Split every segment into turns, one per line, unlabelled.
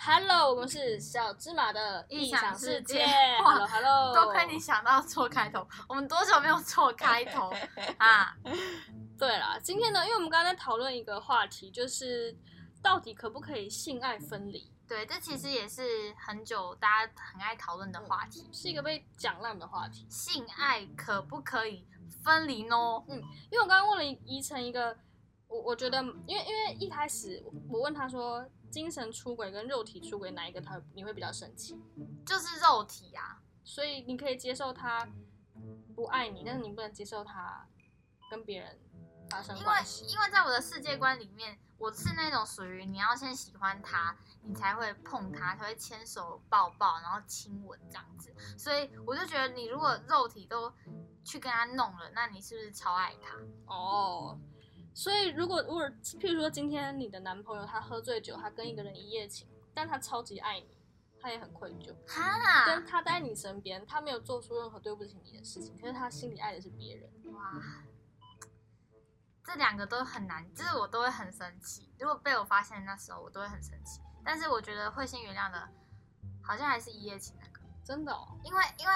Hello，我们是小芝麻的
异想
想
世
世
界
Hello
哇
Hello，
多亏你想到错开
哦
头，我们多久没有错 开头啊？
对啦，今天呢，因为我们刚刚在讨论一个话题，就是到底可不可以性爱分离，
对，这其实也是很久大家很爱讨论的话题，
是一个被讲烂的话题。
性爱可不可以分离呢？
因为我刚刚问了宜晨一个，我我觉得，因为因为一开始我我问他说，精神出轨跟肉体出轨哪一个他你会比较生气？
就是肉体啊，
所以你可以接受他不爱你，但是你不能接受他跟别人发生
因为
关系。
因为在我的世界观里面，我是那种属于你要先喜欢他，你才会碰他，才会牵手、抱抱，然后亲吻这样子。所以我就觉得，你如果肉体都去跟他弄了，那你是不是超爱他？
哦，所以如果如果譬如说今天你的男朋友他喝醉酒，他跟一个人一夜情，但他超级爱你，他也很愧疚，
哈
但，他待在你身边，他没有做出任何对不起你的事情，可是他心里爱的是别人。
哇，这两个都很难，就是我都会很生气。如果被我发现那时候，我都会很生气。但是我觉得会先原谅的，好像还是一夜情那个。
真的哦，
因为因为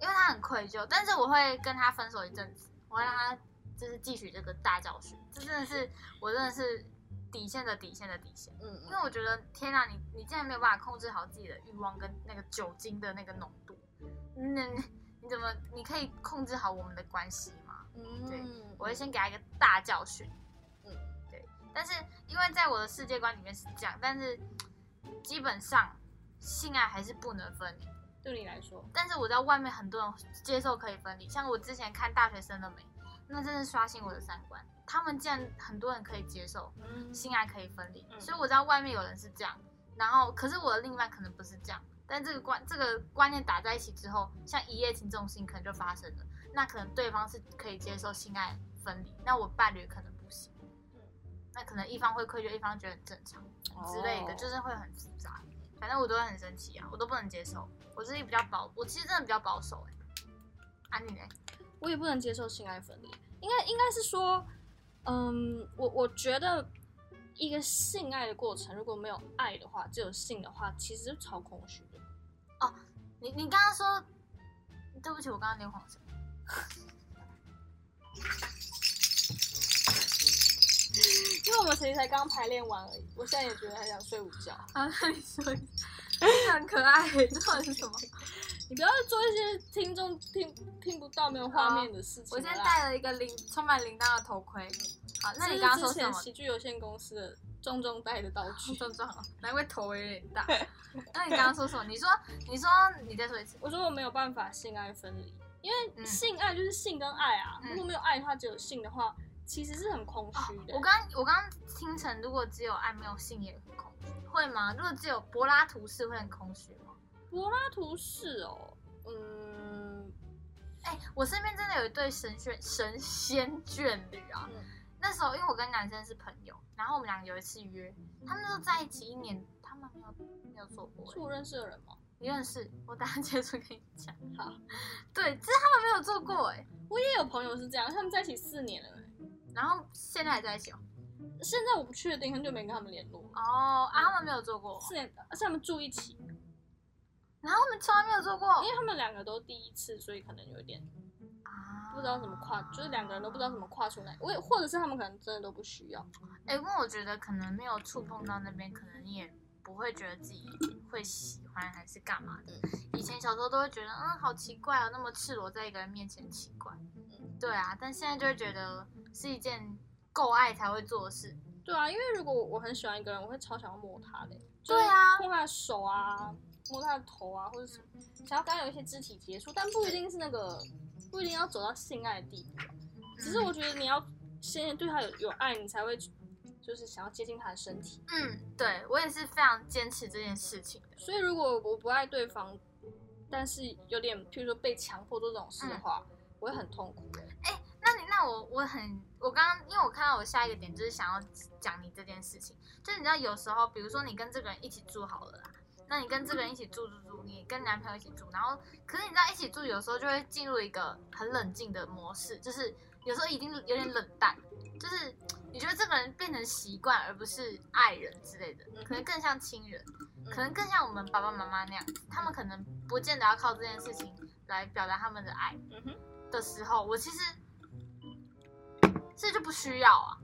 因为他很愧疚，但是我会跟他分手一阵子，我会让他就是汲取这个大教训。这真的是我真的是底线的底线的底线，
嗯
因为
嗯，
我觉得天哪，你你竟然没有办法控制好自己的欲望跟那个酒精的那个浓度，那、你怎么你可以控制好我们的关系吗？对
嗯，
我会先给他一个大教训。
嗯，
对。但是因为在我的世界观里面是这样，但是基本上性爱还是不能分离。
对你来说，
但是我知道外面很多人接受可以分离，像我之前看《大学生的美》，那真是刷新我的三观。他们竟然很多人可以接受
嗯
性爱可以分离，
嗯
所以我知道外面有人是这样，然后可是我的另一半可能不是这样。但这个观这个观念打在一起之后，像一夜情这种事情可能就发生了。那可能对方是可以接受性爱分离，那我伴侣可能不行。那可能一方会愧疚，一方觉得很正常之类的，
哦
就是会很复杂。反正我都会很生气啊，我都不能接受。我自己比较保，我其实真的比较保守哎、欸。啊你嘞？
我也不能接受性爱分离，应该应该是说，嗯，我我觉得一个性爱的过程如果没有爱的话，只有性的话，其实是超空虚的。
你你刚刚说，对不起，我刚刚连谎神。
因为我们其实才刚排练完而已，我现在也觉得很想睡午觉。
啊， 那你说，这很可爱、欸，这到底是什么？
你不要再做一些听众听听不到没有画面的事情啦。
我现在戴了一个铃充满铃铛的头盔。好，那
这
你
是
刚刚说
之
什
前
么？哦
喜剧有限公司的重重带的道具。
壮壮，难怪头有点大。那你刚刚说什么？你说，你说，你再说一次。
我说我没有办法性爱分离，因为
嗯
性爱就是性跟爱啊，
嗯
如果没有爱的话，只有性的话，其实是很空虚的。
哦我刚我刚听成，如果只有爱没有性也很空虚，会吗？如果只有柏拉图式会很空虚吗？
柏拉图式哦，嗯，
哎、我身边真的有一对神仙神仙眷侣啊！
嗯
那时候因为我跟男生是朋友，然后我们俩有一次约，他们那时候在一起一年，他们没有没有做过、
是我认识的人吗？
你认识？我等下接触跟你讲。
好，
对，这是他们没有做过哎、
我也有朋友是这样，他们在一起四年了欸、
然后现在还在一起哦。
现在我不确定，很久没跟他们联络了。
哦，啊，他们没有做过，
四年，而且他们住一起，
然后他们从来没有做过，哦
因为他们两个都第一次，所以可能有一点
啊
不知道怎么跨，就是两个人都不知道怎么跨出来。我也或者是他们可能真的都不需要。
哎、不过我觉得可能没有触碰到那边，可能你也不会觉得自己会喜欢还是干嘛的。以前小时候都会觉得，嗯，好奇怪哦，那么赤裸在一个人面前奇怪。
嗯
对啊，但现在就会觉得是一件够爱才会做的事。
对啊，因为如果我很喜欢一个人，我会超想要摸他的、
对啊
就是摸他的手啊，摸他的头啊，或者是想要跟他有一些肢体接触，但不一定是那个，不一定要走到性爱的地步啊。只是我觉得你要先对他有有爱，你才会就是想要接近他的身体。
嗯，对我也是非常坚持这件事情的。
所以如果我不爱对方，但是有点譬如说被强迫做这种事
嗯
的话，我会很痛苦的。
那你那我我很我刚刚因为我看到我下一个点就是想要讲你这件事情，就是你知道有时候比如说你跟这个人一起住好了啦，那你跟这个人一起住住住，你跟男朋友一起住，然后可是你知道一起住有时候就会进入一个很冷静的模式，就是有时候已经有点冷淡，就是你觉得这个人变成习惯，而不是爱人之类的，
嗯
可能更像亲人，可能更像我们爸爸妈妈那样，他们可能不见得要靠这件事情来表达他们的爱
嗯哼，
的时候，我其实这就不需要啊。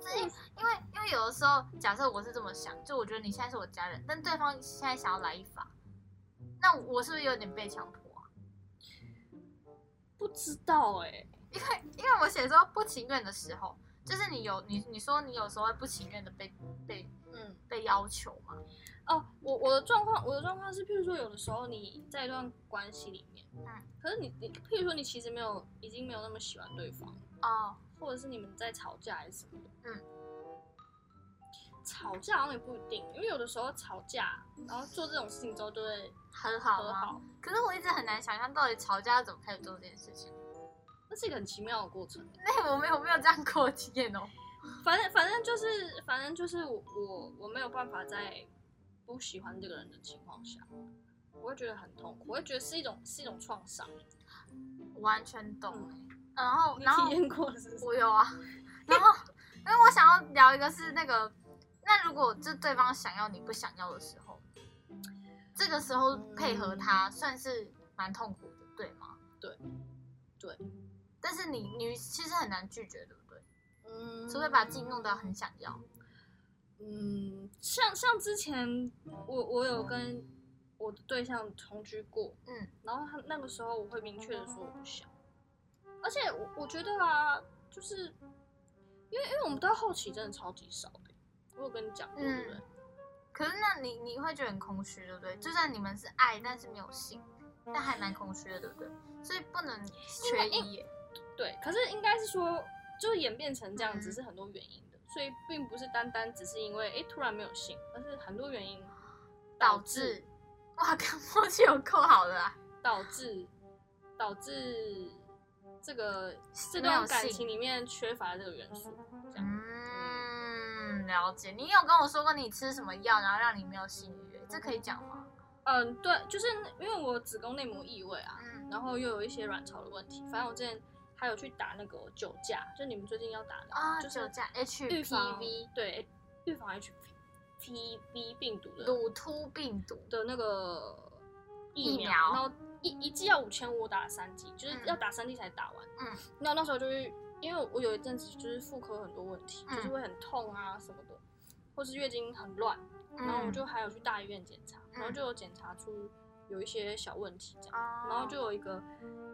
这因因为因为有的时候，假设我是这么想，就我觉得你现在是我家人，但对方现在想要来一发，那我是不是有点被强迫啊？
不知道哎、
因为因为我写说不情愿的时候，就是你有你你说你有时候会不情愿的被被
嗯，
被要求嘛，
哦，我我的状况，我的状况是，譬如说，有的时候你在一段关系里面，
嗯，
可是你你，譬如说你其实没有，已经没有那么喜欢对方了，
哦，
或者是你们在吵架还是什么的，
嗯，
吵架好像也不一定，因为有的时候吵架，然后做这种事情之后就会
很好
和
啊吗？
好，啊
可是我一直很难想象到底吵架要怎么开始做这件事情。
那是一个很奇妙的过程。
那我没有我没有这样过的经验哦。
反正反正就是反正就是我我我没有办法在不喜欢这个人的情况下，我会觉得很痛苦，我会觉得是一种是一种创伤。
我完全懂哎、然后
嗯你
然后
体验过了是不 是？
我有啊，然后因为我想要聊一个是那个，那如果就对方想要你不想要的时候，这个时候配合他算是蛮痛苦的，对吗？
对，对。
但是你你其实很难拒绝，对不对？
嗯
除非把自己弄得很想要。
嗯，像像之前我我有跟我的对象同居过，
嗯，
然后他那个时候我会明确的说我不想，而且我我觉得啊，就是因为因为我们到后期真的超级少的，我有跟你讲过对
嗯
不对？
可是那你你会觉得很空虚，对不对？就算你们是爱，但是没有性，但还蛮空虚的，对不对？所以不能缺一耶。
对，可是应该是说，就是演变成这样子
嗯
是很多原因的，所以并不是单单只是因为哎、诶突然没有性，而是很多原因
导致，哇，跟默契有够好的啊！
导致导致这个这
没
段
有
感
性
情里面缺乏这个元素。
嗯，了解。你有跟我说过你吃什么药，然后让你没有性欲，这可以讲吗？
嗯，对，就是因为我子宫内膜异位啊，
嗯，
然后又有一些卵巢的问题，反正我之前还有去打那个酒驾，就你们最近要打的
啊，
就
酒
是
驾
预防
HPV
对预防 HPV 病毒的
乳突病毒，
的那个疫
疫
苗，
苗
然后一一剂要五千五，我打了三剂，就是要打三剂才打完。
嗯，
那那时候就是因为我有一阵子就是妇科很多问题，
嗯
就是会很痛啊什么的，或是月经很乱，然后我
嗯，
就还有去大医院检查，然后就有检查出有一些小问题这样，然
然
后就有一个。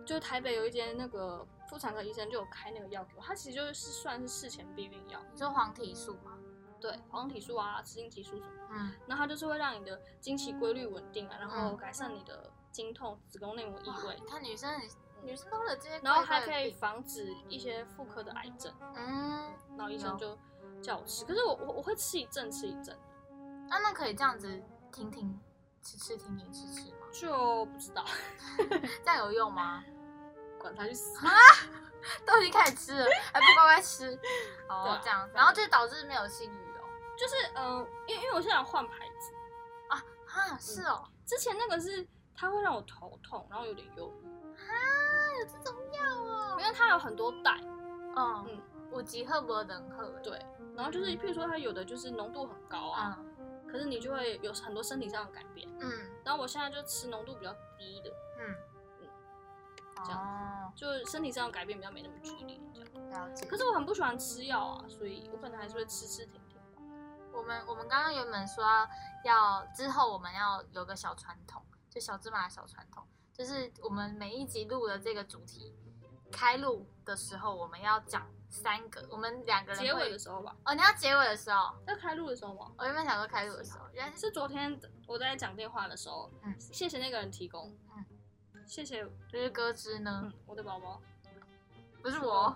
就台北有一间那个妇产科医生就有开那个药给我，它其实就是算是事前避孕药，
你说黄体素吗？
对黄体素啊、雌性激素什么的。
嗯
那它就是会让你的经期规律稳定啊，然后改善你的经痛、子宫内膜异
哇
位
你，看女生很，女生都会有这些
然后
怪
还
怪的
可以
病
防止一些妇科的癌症。
嗯，
然后医生
有
就叫我吃，可是我我我会吃一阵吃一阵，
那那可以这样子停停吃吃停停吃吃吗？
就不知道，
这样有用吗？
管他去死。
都已经开始吃了，还不乖乖吃，
对
哦
啊，
这样，然后就导致没有性欲哦。
就是呃，因为因为我现在有换牌子，
啊，是哦，
之前那个是它会让我头痛，然后有点忧郁，
啊，有这
嗯
种药
因
哦。
为它有很多代，
嗯，有集合不能喝。
对然后就是譬如说它有的就是浓度很高啊，
嗯
可是你就会有很多身体上的改变。
嗯
然后我现在就吃浓度比较低的，
嗯，
这
哦，
就是身体上的改变比较没那么剧烈，这样。
了解。
可是我很不喜欢吃药啊，所以我可能还是会吃吃停停吧。
我们我们刚刚原本说要要之后我们要有个小传统，就小芝麻的小传统，就是我们每一集录的这个主题，开录的时候我们要讲三个，我们两个人
结尾
会
的时候吧，
哦，你要结尾的时候，
在开录的时候吗？
我原本想说开录的时候，原来是
是昨天我在讲电话的时候，
嗯
谢谢那个人提供，
嗯
谢谢，
就是歌之呢
嗯，，我的宝宝
不是我，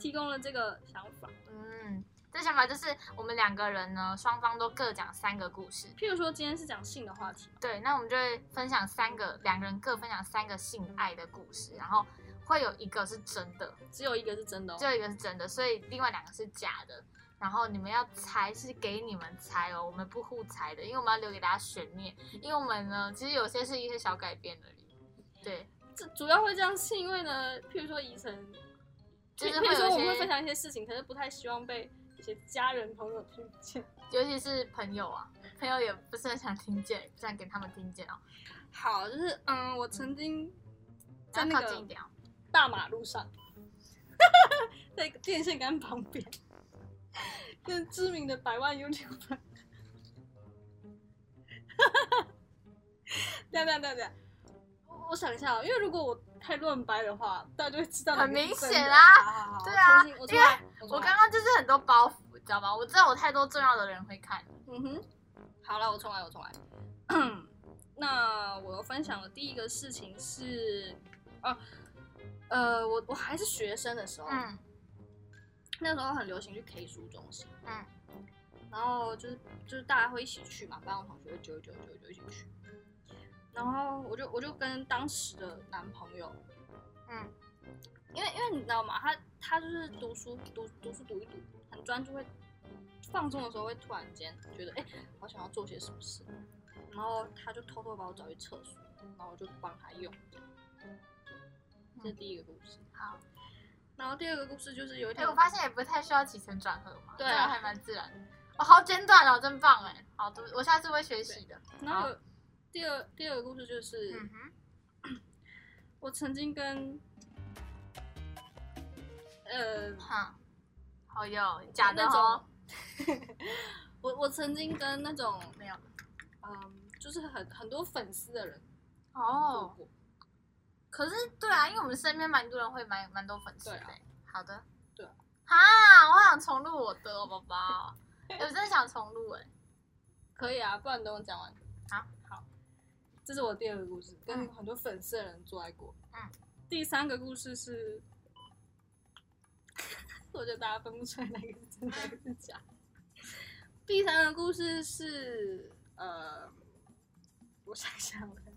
提供了这个想法。
嗯，这想法就是我们两个人呢，双方都各讲三个故事，
譬如说今天是讲性的话题嘛，
对，那我们就会分享三个，两个人各分享三个性爱的故事，然后会有一个是真的，
只有一个是真的、哦
只，有一个是真的，所以另外两个是假的。然后你们要猜，是给你们猜哦，我们不互猜的，因为我们要留给大家悬念。因为我们呢，其实有些是一些小改变而已。对，
这主要会这样是因为呢，譬如说宜晨
就是
比如
会
说
有
我
一
们会
些
分，享一些事情，可是不太希望被一些家人朋友听见。
尤其是朋友啊，朋友也不是很想听见，不想给他们听见哦，
好，就是嗯，我曾经在那
要靠近一
个
点哦。
大马路上， 在电线杆旁边，跟知名的百 万 YouTuber，对对对对，我我想一下哦，因为如果我太乱掰的话，大家就会知道哪
很
个是
明
真
显
的
啦
好好好
对啊
我重新我
因
重
为
来，
我
我
刚刚就是很多包袱，你知道吧？我知道我太多重要的人会看，
嗯哼，好了，我重来，我重来。 那我分享的第一个事情是，啊，呃，我我还是学生的时候，
嗯
那时候很流行去 K 书中心，
嗯，
然后就是就是大家会一起去嘛，班上同学会九九九九一起去，然后我就我就跟当时的男朋友，
嗯，
因为因为你知道吗，他他就是读书读读书读一读，很专注，会放松的时候会突然间觉得哎、好想要做些什么事，然后他就偷偷把我找去厕所，然后我就帮他用，这是第一个故事。
嗯好。
然后第二个故事就是有一
哎、
天，
我发现也不太需要起承转合嘛，
对
这
啊
样还蛮自然的。哦，好简短哦，真棒哎！好，对我下次会学习的。
然后第二第二个故事就是。
嗯哼，
我曾经跟，呃，
哼，好哟，假的
那
哦
种， 我我曾经跟那种，
没有。
嗯，就是很很多粉丝的人做
哦，
过，
可是对啊，因为我们身边蛮多人会蛮蛮多粉丝的、
对啊
好的。
对啊。
啊，我想重录我的哦宝宝，哎我真的想重录哎。
可以啊，不然等我讲完。
好，
好，这是我第二个故事，跟很多粉丝的人做爱过。
嗯，
第三个故事是， 我觉得大家分不出来哪个是真的，哪个是假。第三个故事是，呃，我想想，我想想。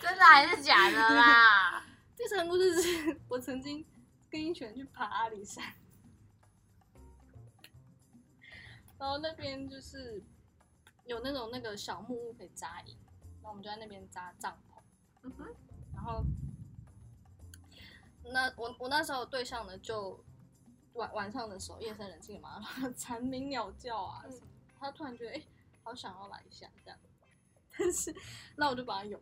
真的还是假的啦？
第三个故事是 我曾经跟一群人去爬阿里山，然后那边就是有那种那个小木屋可以扎营，然后我们就在那边扎帐篷。
嗯哼，
然后那我我那时候对象呢，就晚晚上的时候夜深人静嘛， 然后蝉鸣鸟叫啊
嗯
什么，他突然觉得哎、诶好想要来一下这样，但是那我就把他涌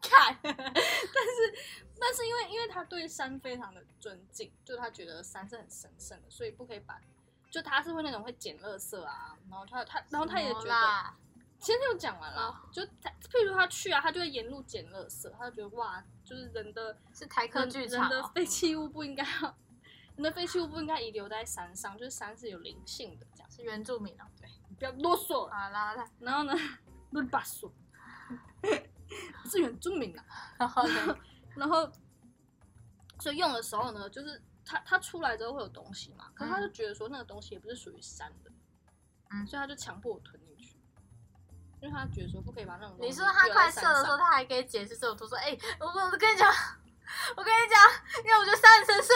看， 但是但是因为因为他对山非常的尊敬，就他觉得山是很神圣的，所以不可以把。就他是会那种会捡垃圾啊，然后他 他，然后他也觉
什么
得
啦
其实就讲完了，
哦
就他，譬如说他去啊，他就会沿路捡垃圾，他就觉得哇，就是人的
是台客
人
剧
人
场、
的
哦。
废弃物不应该要，人的废弃物不应该遗留在山上，就是山是有灵性的，这样
是原住民哦。
你不要啰嗦了。
好啦，啦
然后呢，乱八嗦， 我是原住民啊。
然后呢？
然后，所以用的时候呢，就是它它出来之后会有东西嘛，可是他就觉得说那个东西也不是属于山的，
嗯
所以他就强迫我吞进去，因为他觉得说不可以把那种东西
你说他
留在
快射
山
的时
上
候，他还可以解释这种，他说：“哎、我我我跟你讲，我跟你讲，因为我觉得三神是，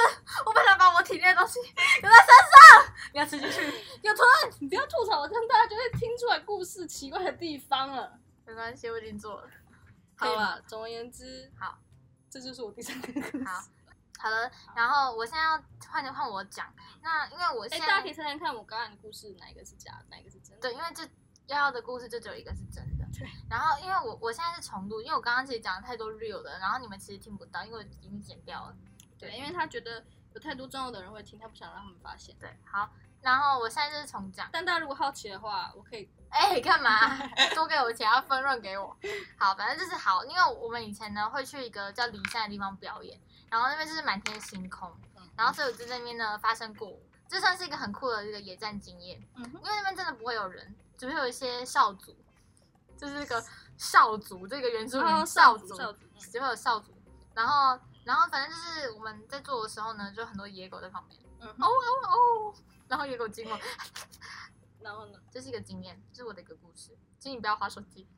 我本来把我体内的东西留在身上，你要吃进去， 要吞，
你不要吐槽我，这样大家就会听出来故事奇怪的地方了。
没关系，我已经做了。
好
可以吗
了，总而言之，
好，
这就是我第三个故事。
好，好了，然后我现在要换就换我讲，那因为我
哎、
现
大家
在、
可以猜猜看，我刚刚的故事哪一个是假的，哪一个是真的？
对，因为这幺幺的故事就只有一个是真的
对，
然后因为我我现在是重录，因为我刚刚其实讲了太多 real 的，然后你们其实听不到，因为我已经剪掉了。
对，因为他觉得有太多重要的人会听，他不想让他们发现。
对，好，然后我现在就是重讲。
但大家如果好奇的话，我可以
哎、干嘛？ 多给我钱，要分润给我。好，反正就是好，因为我们以前呢会去一个叫离山的地方表演，然后那边就是满天星空，
嗯
然后所以我在那边呢发生过，这算是一个很酷的一个野战经验，
嗯哼
因为那边真的不会有人，只会有一些少族，就是这个少族这个原住
哦少
民嗯少
主
族，
少主，
只会有少族，然后然后反正就是我们在做的时候呢，就很多野狗在旁边，
嗯
哦
哼，
哦哦，然后野狗经过，
然后呢？
这是一个经验，这是我的一个故事，请你不要划手机。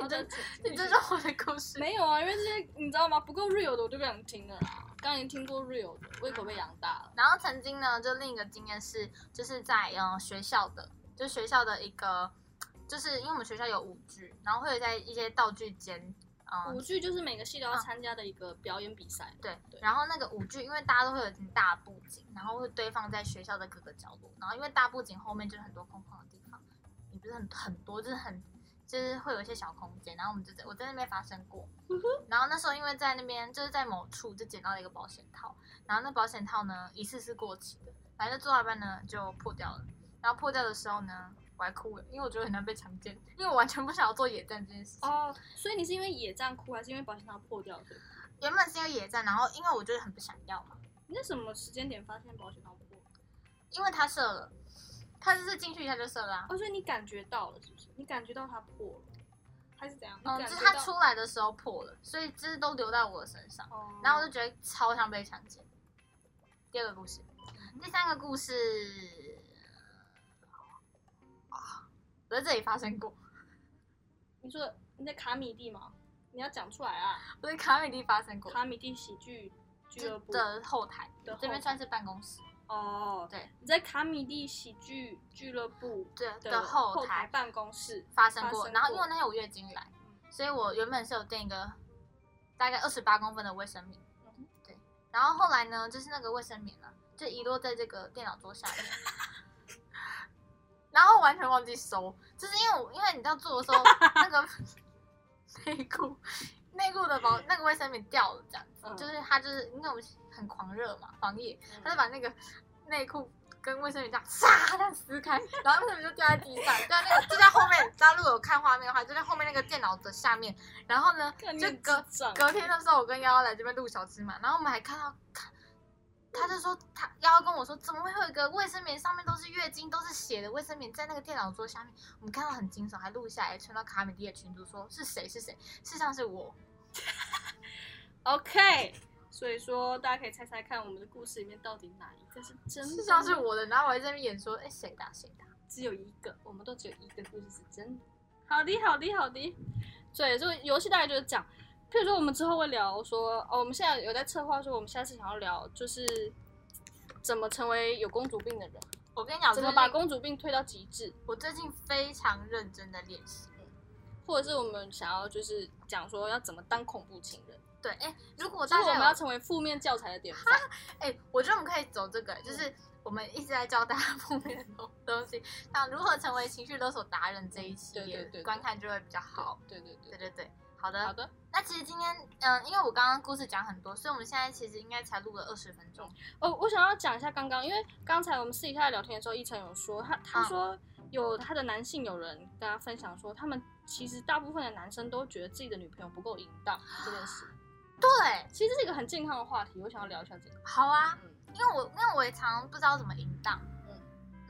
好的，
你这是我的故事。
没有啊，因为这些你知道吗？不够 real 的我就不想听了啦。刚刚已经听过 real 的，胃口被养大了。
然后曾经呢，就另一个经验是，就是在嗯、呃学校的，就学校的一个，就是因为我们学校有舞剧，然后会有在一些道具间，嗯、
舞剧就是每个系都要参加的一个表演比赛。
对
对，
然后那个舞剧，因为大家都会有一件大布景，然后会堆放在学校的各个角落，然后因为大布景后面就是很多空旷的地方，也不是很很多，就是很就是会有一些小空间，然后我们就在我在那边发生过，
嗯
然后那时候因为在那边就是在某处就捡到了一个保险套，然后那保险套呢疑似是过期的，反正做到一半呢就破掉了，然后破掉的时候呢我还哭了，因为我觉得很难被强奸，因为我完全不想要做野战这件事情。
哦，所以你是因为野战哭，还是因为保险套破掉的？
原本是因为野战，然后因为我就是很不想要嘛。
你是什么时间点发现保险套破？
因为他射了，他就是进去一下就射了、啊。
哦，所以你感觉到了是不是？你感觉到它破了，还是怎样？你感
嗯，就
觉
是他
到
出来的时候破了，所以就是都流到我的身上，
哦
然后我就觉得超像被强奸。第二个故事，第三个故事啊，我在这里发生过，
你说你在卡米蒂吗？你要讲出来啊！
我在卡米蒂发生过，
卡米蒂喜剧俱乐
就
部
的后台
的后
这边
台
算是办公室，
哦，
对，
你在卡米蒂喜剧俱乐部
对
的
的后
台
台
办公室
发生过。
发生
然后
过嗯
因为那天我月经来，所以我原本是有垫一个大概二十八公分的卫生棉
嗯哼，
对。然后后来呢，就是那个卫生棉呢、就遗落在这个电脑桌下 面，然后完全忘记收，就是因为我因为你知道做的时候 那个内裤内裤的包那个卫生棉掉了，这样子，
嗯
就是它就是因为我们很狂热嘛，防疫，
嗯
他就把那个内裤跟卫生棉这样唰这样撕开，然后卫生棉就掉在地上，掉在那个就在后面。大家如果有看画面的话，就在后面那个电脑的下面。然后呢，
看你
就
很
隔
智障
隔天的时候，我跟幺幺来这边录小芝麻，然后我们还看到，看他就说他幺幺跟我说，怎么会有一个卫生棉上面都是月经都是血的卫生棉在那个电脑桌下面？我们看到很惊悚，还录下来传到卡米蒂的群组说是谁是谁，事实上是我。
OK，所以说大家可以猜猜看，我们的故事里面到底哪一个是真
事
的？
实上是我的，然后我还在那边演说，哎，谁打谁打？
只有一个，我们都只有一个故事是真的。好的，好的，好的。对，这个游戏大概就是讲，譬如说我们之后会聊说，哦，我们现在有在策划说，我们下次想要聊就是怎么成为有公主病的人，
我跟你讲，
怎么
最
把
近
公主病推到极致，
我最近非常认真的练习。
或者是我们想要就是讲说要怎么当恐怖情人，
对，哎、如果
所以
大
我们
家
要
有，
成为负面教材的典范。
哎、我觉得我们可以走这个，
嗯
就是我们一直在教大家负面的东东西，像如何成为情绪勒索达人这一系
对对
列，
对对
观看就会比较好。
对对
对
对，
对对，好的。
好的。
那其实今天，嗯、因为我刚刚故事讲很多，所以我们现在其实应该才录了二十分钟。
哦，我想要讲一下刚刚，因为刚才我们私底下聊天的时候，一晨有说他他
嗯
说有他的男性友人跟他分享说，他们其实大部分的男生都觉得自己的女朋友不够淫荡这件事，
对，
其实这是一个很健康的话题，我想要聊一下这个。
好啊，
嗯，
因为我因为我也常常不知道怎么淫荡，
嗯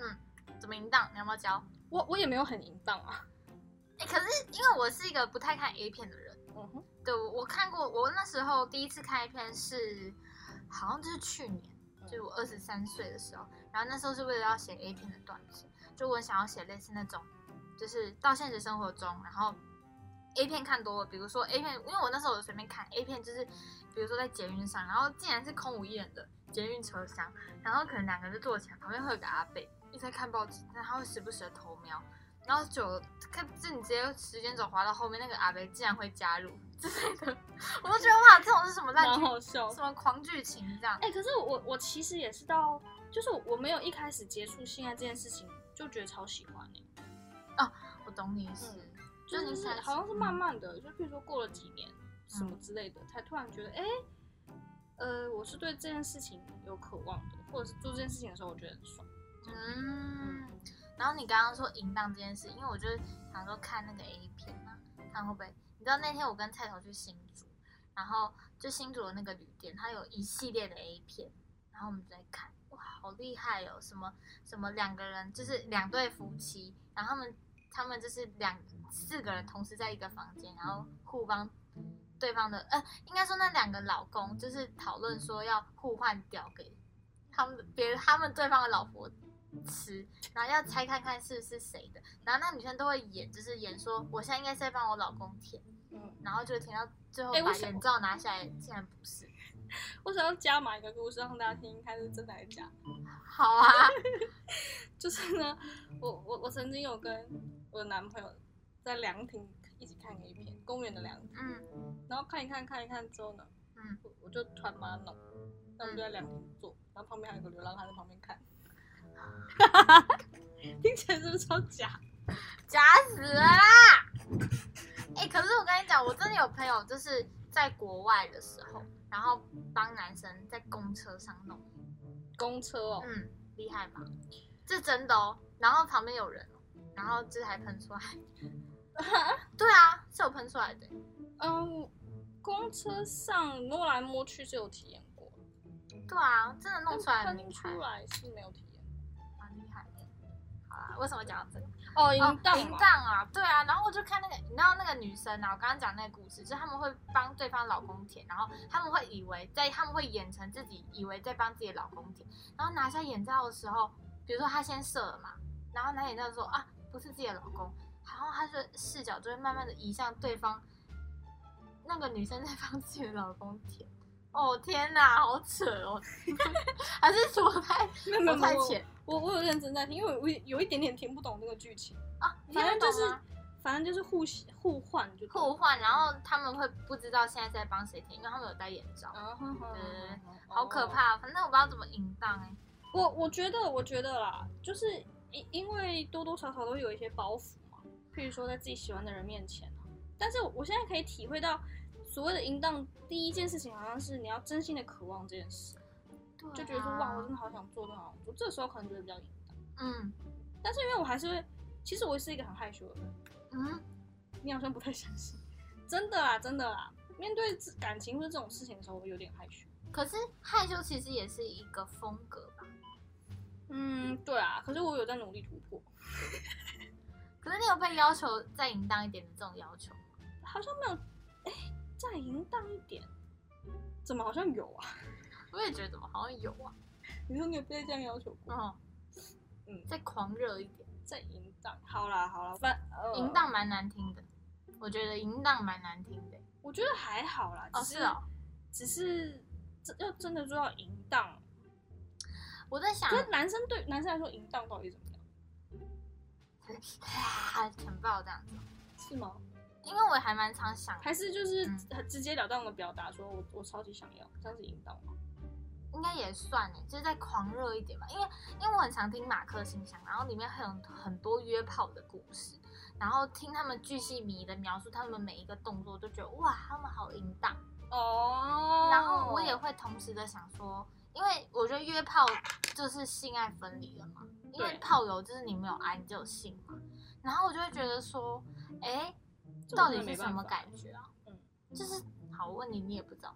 嗯，怎么淫荡，你要不要教？
我我也没有很淫荡啊。
哎、可是因为我是一个不太看 A 片的人。
嗯哼，
对，我我看过，我那时候第一次看 A 片是，好像就是去年，就是我二十三岁的时候，然后那时候是为了要写 A 片的段子，就我想要写类似那种，就是到现实生活中，然后 A 片看多了，比如说 A 片，因为我那时候有随便看 A 片，就是比如说在捷运上，然后竟然是空无一人的捷运车厢，然后可能两个人就坐起来，旁边会有个阿伯一直在看报纸，但他会时不时的偷瞄。然后久了，看，就你直接时间轴滑到后面，那个阿伯竟然会加入之类的， 我都觉得哇，这种是什么烂
蛮
剧
好笑的
什。么狂剧情这样？
哎、可是我我其实也是到，就是我没有一开始接触性爱这件事情就觉得超喜欢、欸，
我懂你意思，
嗯
就
就是是
你开始
好像是慢慢的，就比如说过了几年什么之类的，才突然觉得，哎、呃，我是对这件事情有渴望的，或者是做这件事情的时候，我觉得很爽。
嗯。然后你刚刚说淫荡这件事，因为我就是想说看那个 A 片嘛，看会不会？你知道那天我跟菜头去新竹，然后就新竹的那个旅店，它有一系列的 A 片，然后我们就在看，哇，好厉害哦！什么什么两个人就是两对夫妻，然后他们他们就是两四个人同时在一个房间，然后互帮对方的，呃，应该说那两个老公就是讨论说要互换屌给他们的别他们对方的老婆吃，然后要猜看看是是谁的，然后那女生都会演，就是演说我现在应该是在帮我老公舔，
嗯，
然后就会舔到最后
哎
把
我想
眼罩拿下来，竟然不是。
我想要加码一个故事让大家听，看是真的还是假的。
好啊，
就是呢，我我我曾经有跟我的男朋友在凉亭一起看 A 片，公园的两天，
嗯
然后看一看看一看之后呢，
嗯，
我我就突然把它弄，那我们就在凉亭坐，然后旁边还有个流浪汉在旁边 看，听起来是不是超假？
假死了啦！哎、可是我跟你讲，我真的有朋友就是在国外的时候，然后帮男生在公车上弄，
公车哦，
嗯，厉害吧？这真的哦。然后旁边有人哦，然后这还 喷出来。对啊，是有喷出来的。
嗯，公车上摸来摸去是有体验过，
对啊，真的弄出来
但
很
喷
厉
出
害，
来是没有体验。
蛮厉害的。好啦，为什么讲到这个？
哦，
哦
淫荡
淫
嘛，
荡啊，对啊，然后我就看那个，你知道那个女生啊，我刚刚讲那个故事，就是他们会帮对方老公舔，然后他们会以为在，他们会演成自己以为在帮自己老公舔，然后拿下眼罩的时候，比如说他先射了嘛，然后拿眼罩说啊不是自己的老公，然后他的视角就会慢慢的移向对方，那个女生在帮自己的老公舔，哦天哪，好扯哦， 还是我太
没有没有
我
没
太
有，
浅
我我有认真在听，因为我有一点点听不懂这个剧情。
啊，你听
反正
得
就
懂
是
吗？
反正就是互喜互换就对了
互换，然后他们会不知道现在在帮谁舔，因为他们有戴眼罩，
啊哈哈
对，嗯好
好哦
可。怕。哦反正我不知道怎么淫荡哎，
我我觉得我觉得啦，就是因因为多多少少都有一些包袱嘛，譬如说在自己喜欢的人面前啊。但是我现在可以体会到，所谓的淫荡，第一件事情好像是你要真心的渴望这件事，
对啊
就觉得说哇，我真的好想做，真的好想做。这时候可能觉得比较淫荡，
嗯
但是因为我还是会，其实我是一个很害羞的人。
嗯，
你好像不太相信。真的啦，真的啦，面对自感情或者这种事情的时候，我有点害羞。
可是害羞其实也是一个风格吧。
嗯，对啊，可是我有在努力突破，
可是你有被要求再淫荡一点的这种要求吗？
好像没有，哎、再淫荡一点，怎么好像有啊？
我也觉得我好像有啊，
你说你有被这样要求过？
嗯
嗯
再狂热一点，
再淫荡，好啦好啦，反呃
淫，荡蛮难听的，我觉得淫荡蛮难听的。
我觉得还好啦，
哦
只
是哦，
只是这要真的做到淫荡，
嗯我在想
可，是男生对男生来说淫荡到底怎么样？
啊，强暴这样子，
是吗？
因为我还蛮常想
还是就是
嗯
很直截了当的表达说我我超级想要，这样是淫荡吗？
应该也算哎，就是再狂热一点吧，因为因为我很常听马克信箱，然后里面很很多约炮的故事，然后听他们巨细靡遗的描述他们每一个动作，就觉得哇，他们好淫荡。
哦
然后我也会同时的想说，因为我觉得约炮就是性爱分离了嘛，因为
对
炮友就是你没有爱，你就有性嘛。然后我就会觉得说，哎，
这我
到
真
底
的没
是什
办
么
法
感觉啊？
嗯
就是好，我问你，你也不知道。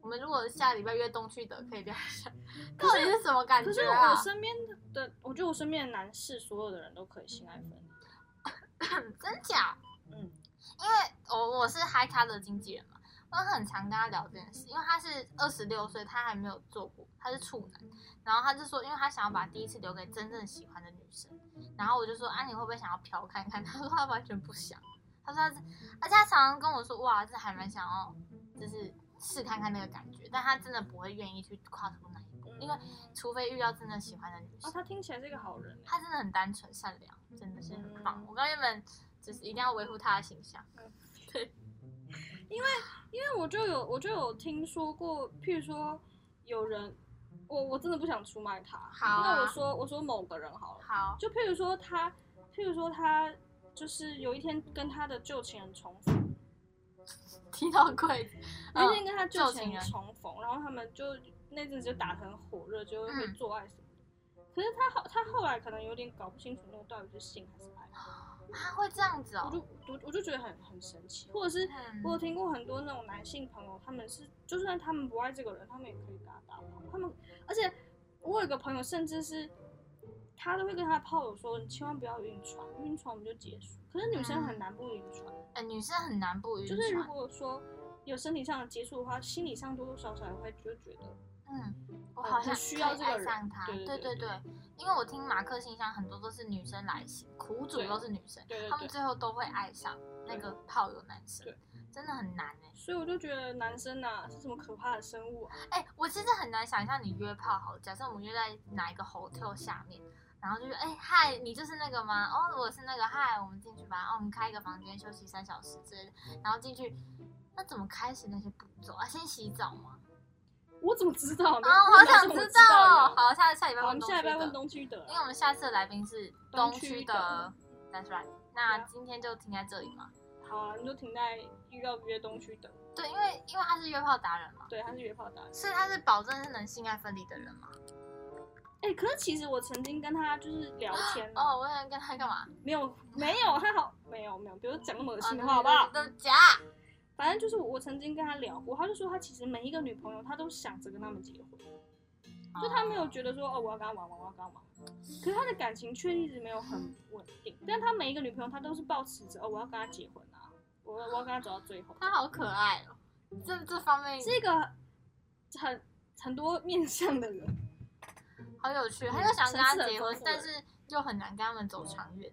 我们如果下礼拜约东区的，可以 聊一下，到
嗯可是
底是什么感
可是
觉
我
啊？
身边的，我觉得我身边的男士，所有的人都可以性爱分离。
真假？
嗯，
因为我我是嗨咖的经纪人嘛，我很常跟他聊这件事，因为他是二十六岁，他还没有做过，他是处男，然后他就说，因为他想要把第一次留给真正喜欢的女生，然后我就说，啊，你会不会想要嫖看看？ 他说他完全不想，他说他是，而且他常常跟我说，哇，这还蛮想要，就是试看看那个感觉，但他真的不会愿意去跨出那一步，
嗯
因为除非遇到真正喜欢的女
啊，
生。
他听起来是一个好人欸。
他真的很单纯善良，真的是很棒
嗯。
我刚原本就是一定要维护他的形象，
因为我就有我就有听说过，譬如说有人，我我真的不想出卖他。
好啊
那我说我说某个人好了，
好，
就譬如说他，譬如说他就是有一天跟他的旧情人重逢，
踢到柜子，
有
嗯
一天跟他旧
旧
情
情
人
人
重逢，然后他们就那阵子就打得很火热，就会
嗯
做爱什么的。可是他后他后来可能有点搞不清楚那个到底是性还是爱。
他会这样子
我
哦。
就我我就觉得很很神奇，或者是
嗯
我有听过很多那种男性朋友，他们是就算他们不爱这个人，他们也可以跟他打炮。他们而且我有一个朋友，甚至是他都会跟他炮友说，你千万不要晕船，晕船我们就结束。可是女生很难不晕船，
呃，女生很难不晕
就是如
嗯船。
果说有身体上的接触的话，心理上多多少少也会就觉得
嗯，我
呃
好
很
像
需要
可以
这个
爱
人
上他。
对对对
对对，因为我听马克信箱很多都是女生来信，苦主
对
都是女生，
对对
他们
对。
最后都会爱上那个炮友男生
对，
真的很难哎。
所以我就觉得男生呐、是什么可怕的生物啊？
哎、我其实很难想象你约炮好，假设我们约在哪一个 hotel 下面，然后就说，哎、嗨，你就是那个吗？哦，我是那个，嗨，我们进去吧。哦，我们开一个房间休息三小时之类的，然后进去，那怎么开始那些步骤啊？先洗澡吗？
我怎么知道呢？
啊、我好
你哪
想
怎么
知
知
道哦。
呢
好，下下礼拜
好，我
问
们
东
下礼拜
区
问
的
东区德
因为我们下次的来宾是
东
东
区
区
的啊
的，That's right。那
Yeah
今天就停在这里嘛。
好啊，你就停在预告约东区德，
对，因为因为他是约炮达人嘛，
对，他是约炮达人。
所以他是保证是能性爱分离的人嘛。
哎、可是其实我曾经跟他就是聊天啊，
哦，我想跟他干嘛？
没有没有，他好没有没有，不要讲那么恶
啊
心的话好不好？
的假，
反正就是我曾经跟他聊过，他就说他其实每一个女朋友他都想着跟他们结婚，就他没有觉得说哦我要跟他玩玩，我要跟他玩。可是他的感情却一直没有很稳定，但他每一个女朋友他都是抱持着哦我要跟他结婚啊，我要我要跟他走到最后，
他好可爱哦。这这方面
是一个很很多面向的人。
好有趣，他就想跟他
层次很
结婚
丰，富欸
但是又很难跟他们走长远。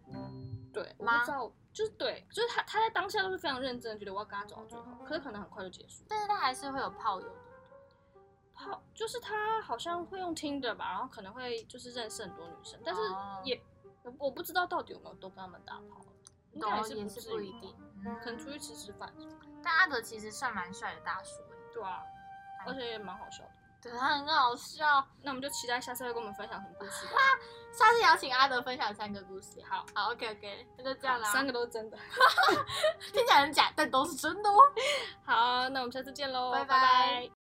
对，我不
吗
知道，就是对，就是他他在当下都是非常认真，觉得我要跟他走到最
嗯
后，可是可能很快就结束。
但是他还是会有炮友的。
好，就是他好像会用听的吧，然后可能会就是认识很多女生，但是
哦
也、我不知道到底有没有都跟他们打炮，应该
懂
是
哦也
不
是
至
不
于
一定，
嗯可能出去吃吃饭，
嗯但阿德其实算蛮帅的大叔欸，
对啊，
哎
而且也蛮好笑的。
对他很好笑。
那我们就期待下次会跟我们分享什么故事吧。
下次也要请阿德分享三个故事。好，好，OK OK，那就这样啦。
三个都是真的。
听起来很假，但都是真的哦。
好，那我们下次见喽，
拜
拜
拜
拜